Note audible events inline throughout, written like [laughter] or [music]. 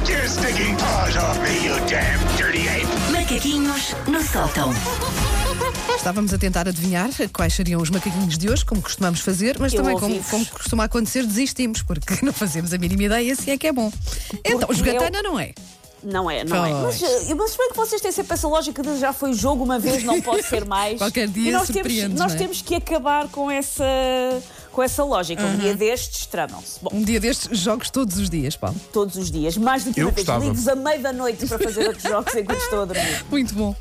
taking paws off me, you damn dirty ape! Macaquinhos no sótão. Estávamos a tentar adivinhar quais seriam os macaquinhos de hoje, como costumamos fazer, mas Eu também, como, ouvi-vos. como costuma acontecer, desistimos, porque [laughs] não fazemos a mínima ideia se é que é bom. Então, Porque jogatana não é? Não é, não é. Pois. Mas, eh, mas espero que vocês têm sempre essa lógica de já foi jogo uma vez, não pode ser [laughs] mais. Qualquer dia e nós surpreendes, temos, nós não é? temos que acabar com essa, com essa lógica. Um dia destes tramam-se. Bom, Um dia destes, jogos todos os dias, Paulo. todos os dias, mais do que Eu uma vez. gostava. Ligo-vos a meio da noite para fazer outros jogos enquanto estou [laughs] a dormir. Muito bom.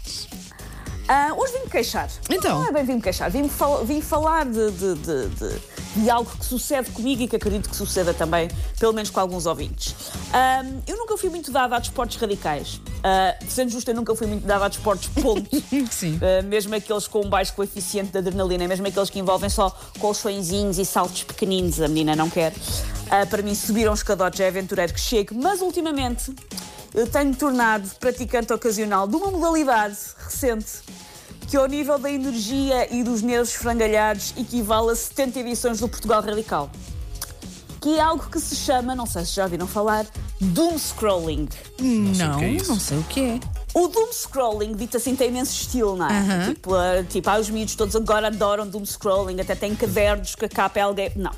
Ah, hoje vim-me queixar. Então. Não é bem vim-me queixar. Vim, fal vim falar de, de, de, de- de algo que sucede comigo e que acredito que suceda também, pelo menos com alguns ouvintes. Ah, eu nunca fui muito dada a desportos radicais. Ah, sendo justa, eu nunca fui muito dada a desportos ponto. Sim. Uh, mesmo aqueles com um baixo coeficiente de adrenalina, mesmo aqueles que envolvem só colchõezinhos e saltos pequeninos, a menina não quer. Uh, para mim, subir a um escadote já é aventureiro que chegue, mas ultimamente eu tenho tornado praticante ocasional de uma modalidade recente que, ao nível da energia e dos nervos frangalhados, equivale a 70 edições do Portugal Radical. Que é algo que se chama, não sei se já ouviram falar, Doom Scrolling. Não, é isso. não sei o que é. O doom scrolling, dito assim, tem imenso estilo, não é? Aham. Tipo, ah, tipo, ah, os miúdos todos agora adoram doom scrolling, até têm cadernos que a capa é alguém. Não.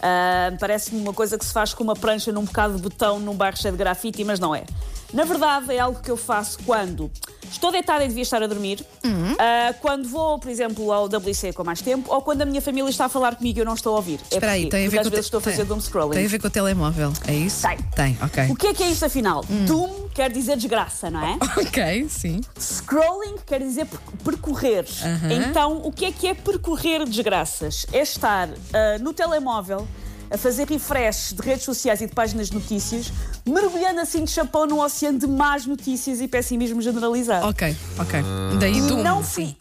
Ah, Parece-me uma coisa que se faz com uma prancha num bocado de botão num bairro cheio de grafite, mas não é. Na verdade, é algo que eu faço quando estou deitada e devia estar a dormir, Uhum. ah, quando vou, por exemplo, ao WC com mais tempo, ou quando a minha família está a falar comigo e eu não estou a ouvir. É Espera aí, porque- tem a porque ver às com o vezes te- estou a fazer tem- doom scrolling. Tem a ver com o telemóvel, é isso? Tem. Tem, ok. O que é que é isto afinal? Hum. Doom quer dizer desgraça, Oh. não é? Ok, sim. Scrolling quer dizer per- percorrer. Aham. Então, o que é que é percorrer desgraças? É estar ah, no telemóvel a fazer refresh de redes sociais e de páginas de notícias, mergulhando assim de chapão num oceano de más notícias e pessimismo generalizado. Ok, ok. Daí Oh, tu. Ah. Não fui,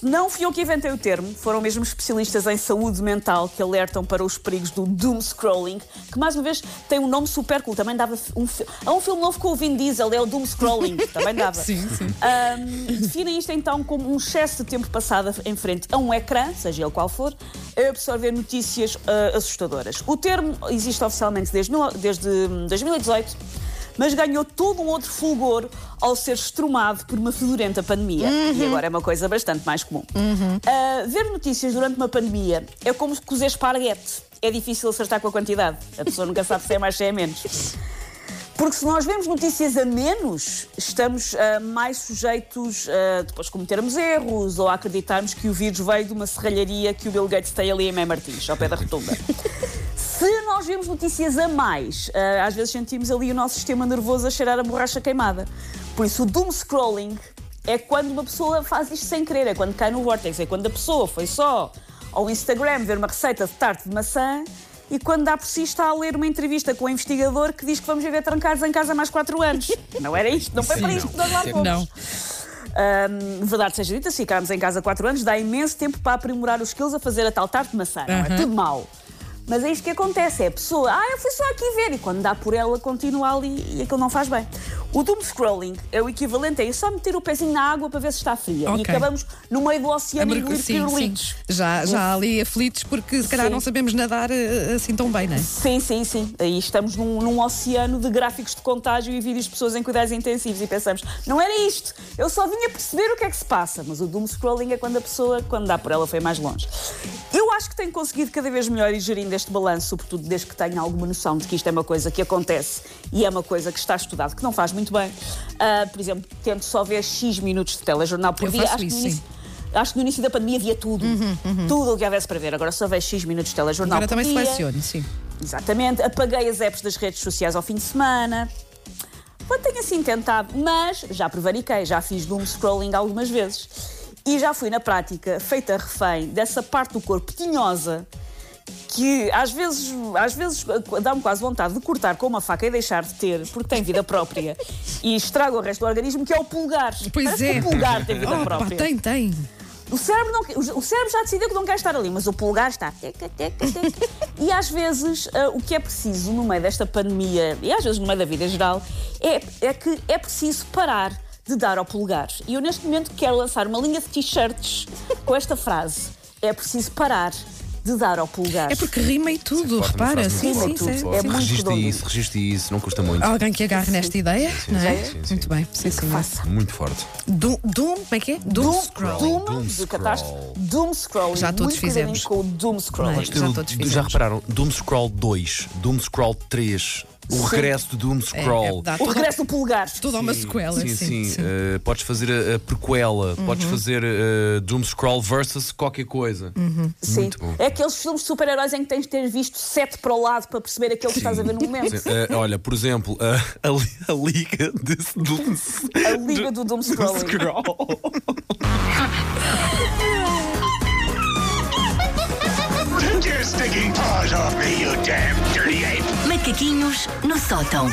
não fui eu que inventei o termo, foram mesmo especialistas em saúde mental que alertam para os perigos do doom scrolling, que mais uma vez tem um nome super cool. Também dava um, fi- há um filme novo com o Vin Diesel, é o doom scrolling, também [laughs] dava. Sim, sim. Ahm, definem isto então como um excesso de tempo passado em frente a um ecrã, seja ele qual for, a absorver notícias ah, assustadoras. O termo existe oficialmente desde, no- desde, hum, 2018, mas ganhou todo um outro fulgor ao ser estrumado por uma fedorenta pandemia. E agora é uma coisa bastante mais comum. Ah, ver notícias durante uma pandemia é como cozer esparguete. É difícil acertar com a quantidade. A pessoa nunca sabe se é mais, se é menos. Porque se nós vemos notícias a menos, estamos ah, mais sujeitos a depois cometermos erros ou a acreditarmos que o vírus veio de uma serralharia que o Bill Gates tem ali em Mãe Martins, ao pé da rotunda. se nós vemos notícias a mais, ah, às vezes sentimos ali o nosso sistema nervoso a cheirar a borracha queimada. Por isso, o doom scrolling é quando uma pessoa faz isto sem querer, é quando cai no vortex, é quando a pessoa foi só ao Instagram ver uma receita de tarte de maçã e quando dá por si está a ler uma entrevista com um investigador que diz que vamos viver trancados em casa mais quatro anos. Não era isto, não foi para isto que nós lá fomos. Não. Hum, verdade seja dita, se ficarmos em casa 4 anos, dá imenso tempo para aprimorar os skills a fazer a tal tarte de maçã, não é Aham. tudo mau. Mas é isto que acontece, é a pessoa, ah, eu fui só aqui ver, e quando dá por ela, continua ali e aquilo não faz bem. O doom scrolling é o equivalente a eu só meter o pezinho na água para ver se está fria. Ok. E acabamos no meio do A oceano e mergu- engolir sim, sim. pirulitos. Já, já há ali aflitos porque se calhar Sim. não sabemos nadar eh, assim tão bem, não é? Sim, sim, sim. Aí estamos num, num oceano de gráficos de contágio e vídeos de pessoas em cuidados intensivos e pensamos, não era isto, eu só vinha perceber o que é que se passa. Mas o doom scrolling é quando a pessoa, quando dá por ela, foi mais longe. Eu acho que tenho conseguido cada vez melhor ir gerindo este balanço, sobretudo desde que tenho alguma noção de que isto é uma coisa que acontece e é uma coisa que está estudado, que não faz muito bem. Ah, por exemplo, tento só ver X minutos de telejornal por Eu dia. faço que no isso, Uhum, início- Acho que no início da pandemia havia tudo. Tudo o que houvesse para ver. Agora só vejo X minutos de telejornal. Agora por também dia. seleciono, sim. Exatamente. Apaguei as apps das redes sociais ao fim de semana. Pô, Tenho assim tentado, mas já prevariquei, já fiz doom scrolling algumas vezes. E já fui na prática feita refém dessa parte do corpo tinhosa que às vezes, às vezes dá-me quase vontade de cortar com uma faca e deixar de ter, porque tem vida própria. e estraga o resto do organismo, que é o pulgar. Pois Parece é. que o pulgar tem vida Oh, pá, própria. tem, tem. O cérebro, não, que- o cérebro já decidiu que não quer estar ali, mas o pulgar está. Teca, teca, teca. e às vezes ah, o que é preciso no meio desta pandemia e às vezes no meio da vida em geral é, é que é preciso parar de dar ao pulgar. E eu neste momento quero lançar uma linha de t-shirts com esta frase: é preciso parar de dar ao pulgar. É porque rima e tudo, Pode, assim. uma repara. frase Sim, muito sim, boa, sim. muito é boa. sim. muito Registre redondinho. isso, registre isso, não custa muito. Alguém que agarre nesta ideia, Sim, não é? sim, sim, sim. Muito bem, sim, sim. Faça. Muito forte. Doom, Doom, como é que é? Doom, Scroll. Doom Doom, scroll. de catástrofe. Doom scrolling. Já todos Muito cuidadinho fizemos. com o doom scrolling. Não é? Já todos fizemos. já repararam? Doom Scroll 2, Doom Scroll 3, o Sim. regresso do É, Doom Scroll. dá O toda- regresso do polegar. Toda É uma sequela, Sim, sim. sim. Uhum. sim. eh, podes fazer a, a prequela, podes fazer eh, Doom Scroll versus qualquer coisa. Uhum. Sim. Muito bom. É aqueles filmes de super-heróis em que tens de ter visto sete para o lado para perceber aquele que estás a ver no momento. Sim, eh, olha, por exemplo, a, [laughs] a li- a liga desse Doom, A liga do doom Doom scrolling. Scroll. Take your stinking paws off me, you damn dirty ape! Macaquinhos no sótão.